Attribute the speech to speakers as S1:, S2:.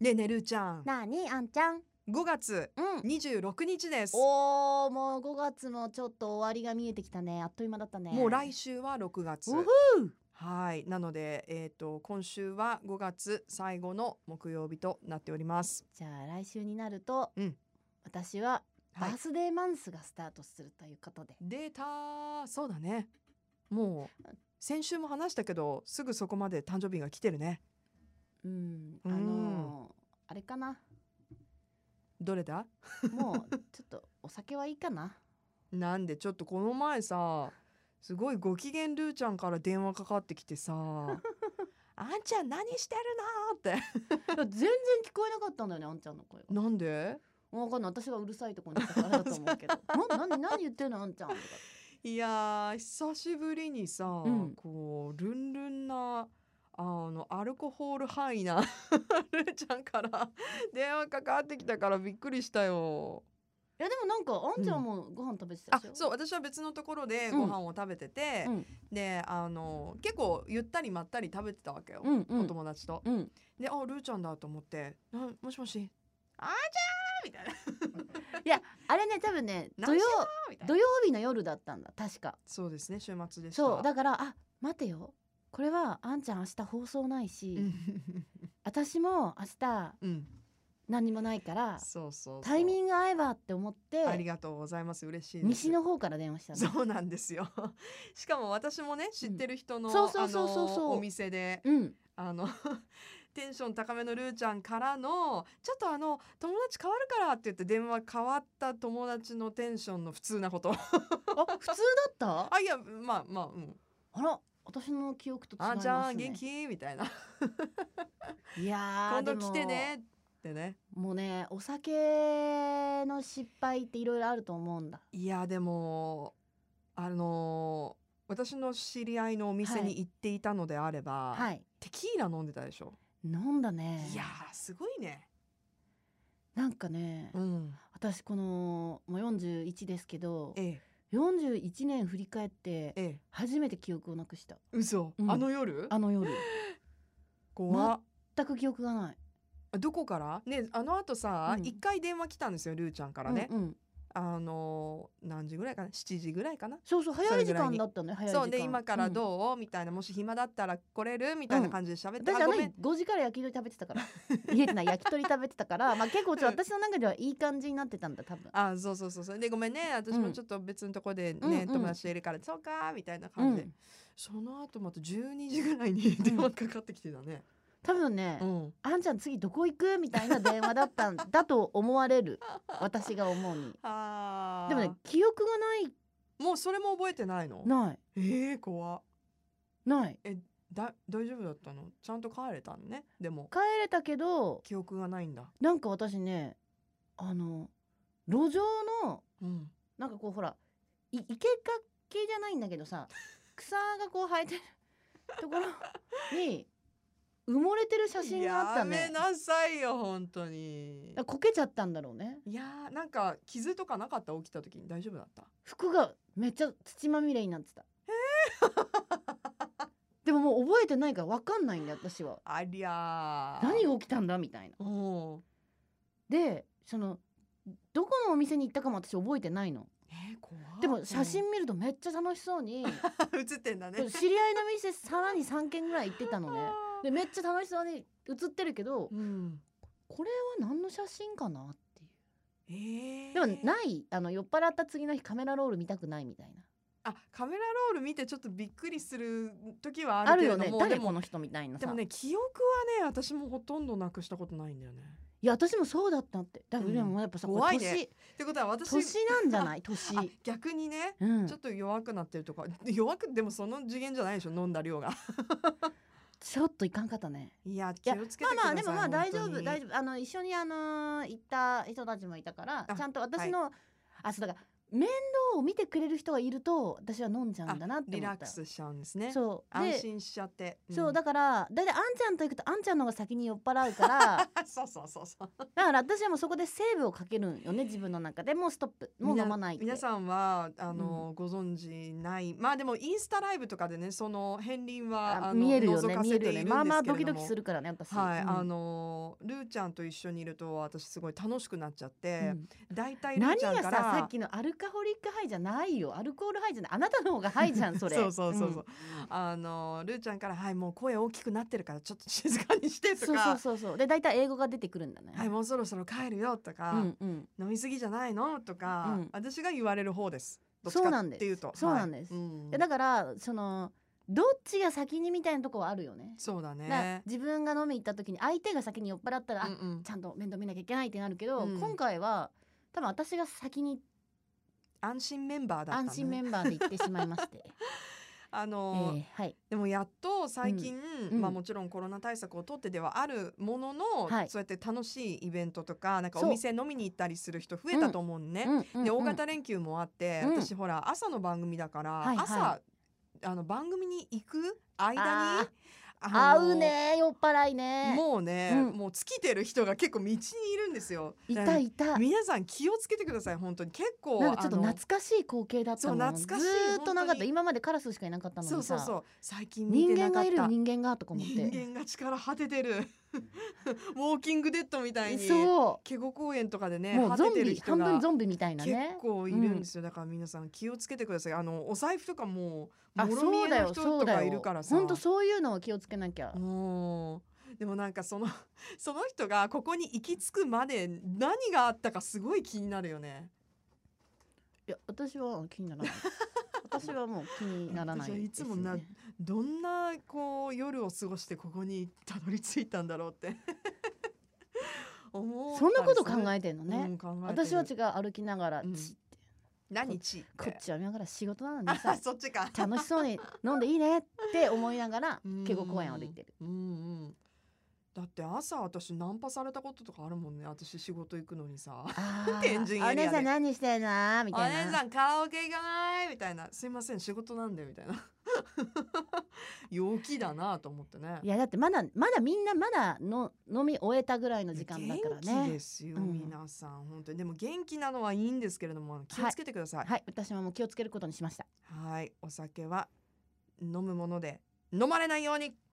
S1: ねえねるーちゃん
S2: なあにあんちゃん
S1: 5月
S2: うん
S1: 26日です
S2: おーもう5月もちょっと終わりが見えてきたねあっという間だったね
S1: もう来週は6月
S2: うふう
S1: はいなのでえっ、と今週は5月最後の木曜日となっております
S2: じゃあ来週になると、
S1: うん
S2: 私は
S1: は
S2: バ
S1: い
S2: ースデーマンスがスタートするということで、
S1: データそうだねもう先週も話したけどすぐそこまで誕生日が来てるね
S2: うん
S1: う
S2: あ
S1: ん
S2: のーあれかな
S1: どれだ
S2: もうちょっとお酒はいいかな
S1: なんでちょっとこの前さすごいご機嫌ルーちゃんから電話かかってきてさ「 あんちゃん何してるの?」って
S2: いや全然聞こえなかったんだよねあんちゃんの声が
S1: なんで
S2: わかんない私がうるさいとこにいたからだと思うけ どな何何言ってんのあんちゃんとか
S1: いやー久しぶりにさ、
S2: うん
S1: こうルンルンなあのアルコホール範囲な ルーちゃんから電話かかってきたからびっくりしたよ。
S2: いやでもなんかあんちゃんもご飯食べてた
S1: あ
S2: でしょ、
S1: そう私は別のところで
S2: うん
S1: ご飯を食べてて、
S2: うん
S1: であの結構ゆったりまったり食べてたわけよ、
S2: うんう
S1: お
S2: ん
S1: 友達と。
S2: うん
S1: であルーちゃんだと思って「なもしもしあーちゃん!」みたいな
S2: あれね多分ね
S1: 「
S2: 土
S1: 何
S2: 曜
S1: してんのみたい
S2: 土
S1: な
S2: 曜日の夜だったんだ確か
S1: そうですね週末でした。
S2: そうだからあ待てよこれはあんちゃん明日放送ないし、
S1: うん
S2: 私も明日
S1: うん
S2: 何にもないから
S1: そうそうそう
S2: タイミング合えばって思って
S1: ありがとうございます嬉しいです
S2: 西の方から電話したの
S1: そうなんですよ しかも私もね知ってる人の、
S2: そうそうそうそうそう
S1: あのお店で
S2: うん
S1: あのテンション高めのルーちゃんからのちょっとあの友達変わるからって言って電話変わった友達のテンションの普通なこと
S2: あ普通だった
S1: あいやまあまあうん
S2: あら私の記憶と違います
S1: あ
S2: ね
S1: じゃあ元気みたいな
S2: いやー
S1: 今度
S2: で
S1: 来
S2: も
S1: てねってね
S2: もうねお酒の失敗っていろいろあると思うんだ
S1: いやでもあの私の知り合いのお店
S2: はい
S1: に行っていたのであれば、
S2: はい
S1: テキーラ飲んでたでしょ
S2: 飲んだね
S1: いやーすごいね。
S2: なんかね、
S1: ん。
S2: 私このもう41ですけど
S1: え
S2: 41年振り返って
S1: え、ええ、
S2: 初めて記憶をなくした
S1: 嘘、
S2: うん
S1: あの夜？
S2: あの夜
S1: 怖っ
S2: 全く記憶がない
S1: あどこから？ねあの後さ
S2: うん
S1: 一、回電話来たんですよルーちゃんからね。
S2: うんうん
S1: あのー何時ぐらいかな？七時ぐらいかな？
S2: そうそう
S1: そ
S2: 早
S1: れ
S2: い
S1: ぐ
S2: 時
S1: らい
S2: 間
S1: に
S2: だったね早い時間
S1: そうで今から
S2: うん
S1: どう、みたいなもし暇だったら来れるみたいな感じで喋って、
S2: 私
S1: あ
S2: あ
S1: ご
S2: の
S1: め
S2: 日
S1: ん。
S2: 5時から焼き鳥食べ てたから言えてない焼き鳥食べてたからまあ結構ちょっと私の中ではいい感じになってたんだ多分
S1: あそうそうそうそうでごめんね私もちょっと別のとこでね、
S2: うんうん
S1: 友達といるから、そうかみたいな
S2: う
S1: 感じで、
S2: ん
S1: その後また12時ぐらいに電話かかってきてたね、
S2: 多分ね
S1: うん、
S2: あんちゃん次どこ行くみたいな電話だったんだと思われる私が思うに
S1: あー
S2: でもね記憶が
S1: もうそれも覚えてないの
S2: ないない
S1: ええー、怖っ
S2: ない
S1: だ大丈夫だったのちゃんと帰れたのねでも
S2: 帰れたけど
S1: 記憶がないんだ
S2: なんか私ねあの路上の
S1: うん
S2: なんかこうほらい生け垣じゃないんだけ どさ草がこう生えてるところに埋もれてる写真があった
S1: や
S2: ね
S1: めなさいよ本当に
S2: こけちゃったんだろうね
S1: いやーなんか傷とかなかった起きた時に大丈夫だった
S2: 服がめっちゃ土まみれになっ てた、でももう覚えてないから分かんないんだよ私は
S1: ありゃー
S2: 何が起きたんだみたいな
S1: お
S2: でそのどこのお店に行ったかも私覚えてないの
S1: えー、怖っ
S2: でも写真見るとめっちゃ楽しそ うに
S1: うん 写ってんだね
S2: 知り合いの店さらに3軒ぐらい行って たのね
S1: あー
S2: でめっちゃ楽しそうに写ってるけど
S1: うん
S2: これは何の写真かなってい
S1: えー、
S2: うでもないあの酔っ払った次の日カメラロール見たくないみたいな
S1: あカメラロール見てちょっとびっくりする時は
S2: あ
S1: あるけ
S2: る
S1: れ
S2: よ
S1: ども
S2: ね
S1: で
S2: 誰こ
S1: も
S2: の人みたいな
S1: で
S2: さ、
S1: もね記憶はね私もほとんどなくしたことないんだよね
S2: いや私もそうだったってだか
S1: う
S2: ら
S1: ん
S2: でもやっぱさ、これ
S1: 怖いねってことは私
S2: 年年なんじゃない年
S1: あ逆にね
S2: うん
S1: ちょっと弱くなってるとか 弱くでもその次元じゃないでしょ飲んだ量が
S2: ちょっといかんかったね
S1: いや気
S2: や
S1: をつけ
S2: ま
S1: てくだ
S2: あま
S1: さい
S2: あでもまあ大丈夫大
S1: 丈
S2: 丈夫あの一緒にあのー行った人たちもいたから
S1: あ
S2: ちゃんと私の、あそうだから面倒を見てくれる人がいると私は飲んじゃうんだなって思った
S1: リラックスしちゃうんですね
S2: そう
S1: 安
S2: で
S1: 心しちゃって、
S2: そうだ
S1: か
S2: からだいたいあんちゃんと行くとあんちゃんの方が先に酔っ払うから
S1: ら そうそうそうそう
S2: だから私はもうそこでセーブをかけるんよね自分の中でもうストップもう飲まないって
S1: 皆さんはあの、ご存知ないまあでもインスタライブとかでねその片鱗は
S2: あ
S1: あの
S2: 見えるよ
S1: 覗
S2: ね
S1: か
S2: 見
S1: せ
S2: え
S1: てい
S2: る
S1: る
S2: よ
S1: んですけれど
S2: ね
S1: も
S2: まあまあドキドキするからね私
S1: はい、
S2: うん
S1: あのルーちゃんと一緒にいると私すごい楽しくなっちゃって、だいた
S2: う
S1: い
S2: ん
S1: ルー
S2: 何
S1: ちゃん
S2: が
S1: か
S2: さ
S1: ら
S2: さっきのアルカホリックハイじゃないよアルコールハイじゃないあなたの方がハイじ ゃんそれ
S1: そうそうそうそう、
S2: ん
S1: あのルーちゃんからはいもう声大きくなってるからちょっと静かにしてと
S2: そう
S1: か
S2: そうそうそうで大体英語が出てくるんだね
S1: はいもうそろそろ帰るよとか、
S2: うんうん
S1: 飲みすぎじゃないのとか、
S2: うん
S1: 私が言われる方です。どっち
S2: そう
S1: か
S2: な
S1: っ
S2: んです
S1: ていうと
S2: そうなんです
S1: はいうん
S2: でだからそのどっちが先にみたいなとこはあるよね
S1: そうだ
S2: だから
S1: ね。
S2: 自分が飲み行った時に相手が先に酔っ払ったら、あ
S1: うんうん
S2: ちゃんと面倒見なきゃいけないってなるけど、
S1: うん
S2: 今回は多分私が先に
S1: 安心メンバーだった、ね、
S2: 安心メンバーで行ってしまい まして、
S1: あ
S2: え
S1: のー
S2: ー、はい
S1: でもやっと最近、
S2: うん
S1: まあ、もちろんコロナ対策を取ってではあるものの、
S2: はい
S1: そうやって楽しいイベントとかなんか
S2: そう
S1: お店飲みに行ったりする人増えたと思うのね。
S2: うんうん
S1: で
S2: う
S1: 大
S2: ん
S1: 型連休もあって、
S2: うん
S1: 私ほら朝の番組だから、
S2: はいはい
S1: 朝あの番組に行く間に
S2: あ
S1: あの
S2: 合うね酔っ払いね
S1: もうね、
S2: うん
S1: もう尽きてる人が結構道にいるんですよ。
S2: い
S1: だか
S2: た
S1: ら
S2: いた
S1: 皆さん気をつけてください本当に結構
S2: なんかちょっと
S1: あの
S2: 懐かしい光景だったもん
S1: そう懐かしい
S2: ずーっとなか
S1: 本
S2: っ
S1: 当
S2: た
S1: に
S2: 今までカラスしかいなかったのに
S1: そ
S2: さ
S1: うそうそう最近見て
S2: 人間
S1: なか
S2: が
S1: っ
S2: いるよ
S1: た
S2: 人間がとか思って
S1: 人間が力果ててる ウォーキングデッドみたいに
S2: そ
S1: ケゴ公園とかで
S2: う、
S1: ね
S2: もう
S1: 果
S2: ゾ
S1: て
S2: ン
S1: てる
S2: ビ
S1: 人
S2: 半分
S1: が
S2: ゾンビみたいな
S1: 結
S2: ね
S1: 構いるんですよ、だから皆さん気をつけてくださいあのお財布とかもう
S2: あ
S1: もろみ
S2: そ
S1: え
S2: うだ
S1: の
S2: よ
S1: 人
S2: そ
S1: と
S2: う
S1: か
S2: だ
S1: い
S2: よ
S1: るからさ
S2: 本当そういうのは気をつけなきゃ、
S1: もうでもなんかその その人がここに行き着くまで何があったかすごい気になるよね
S2: いや私は気にならない 私はもう気にならない
S1: 私はいつもな
S2: ですね
S1: どんなこう夜を過ごしてここにたどり着いたんだろうって 思
S2: そんなこと考
S1: え
S2: えてんのね、
S1: うん、考えてる
S2: 私は違う歩きながら、
S1: うん
S2: ちって
S1: 何ちって
S2: こっちは見ながら仕事なの
S1: あ
S2: に さ
S1: そっちか
S2: 楽しそうに飲んでいいねって思いながら
S1: うん
S2: 敬語公園を歩いてる
S1: うんうんだって朝私ナンパされたこととかあるもんね私仕事行くのにさ
S2: あー
S1: 天神エリア
S2: お
S1: で
S2: 姉さん何してんのみ
S1: お
S2: たいな
S1: 姉さんカラオケ行かないみたいなすいません仕事なんでみた いな陽気だなと思ってね
S2: いやだってまだまだみんなまだの飲み終えたぐらいの時間だから
S1: 元気
S2: ね
S1: ですよ、
S2: うん
S1: 皆さん本当にでも元気なのはいいんですけれども気をつけてください
S2: はい私はもう気をつけることにしました
S1: はいお酒は飲むもので飲まれないように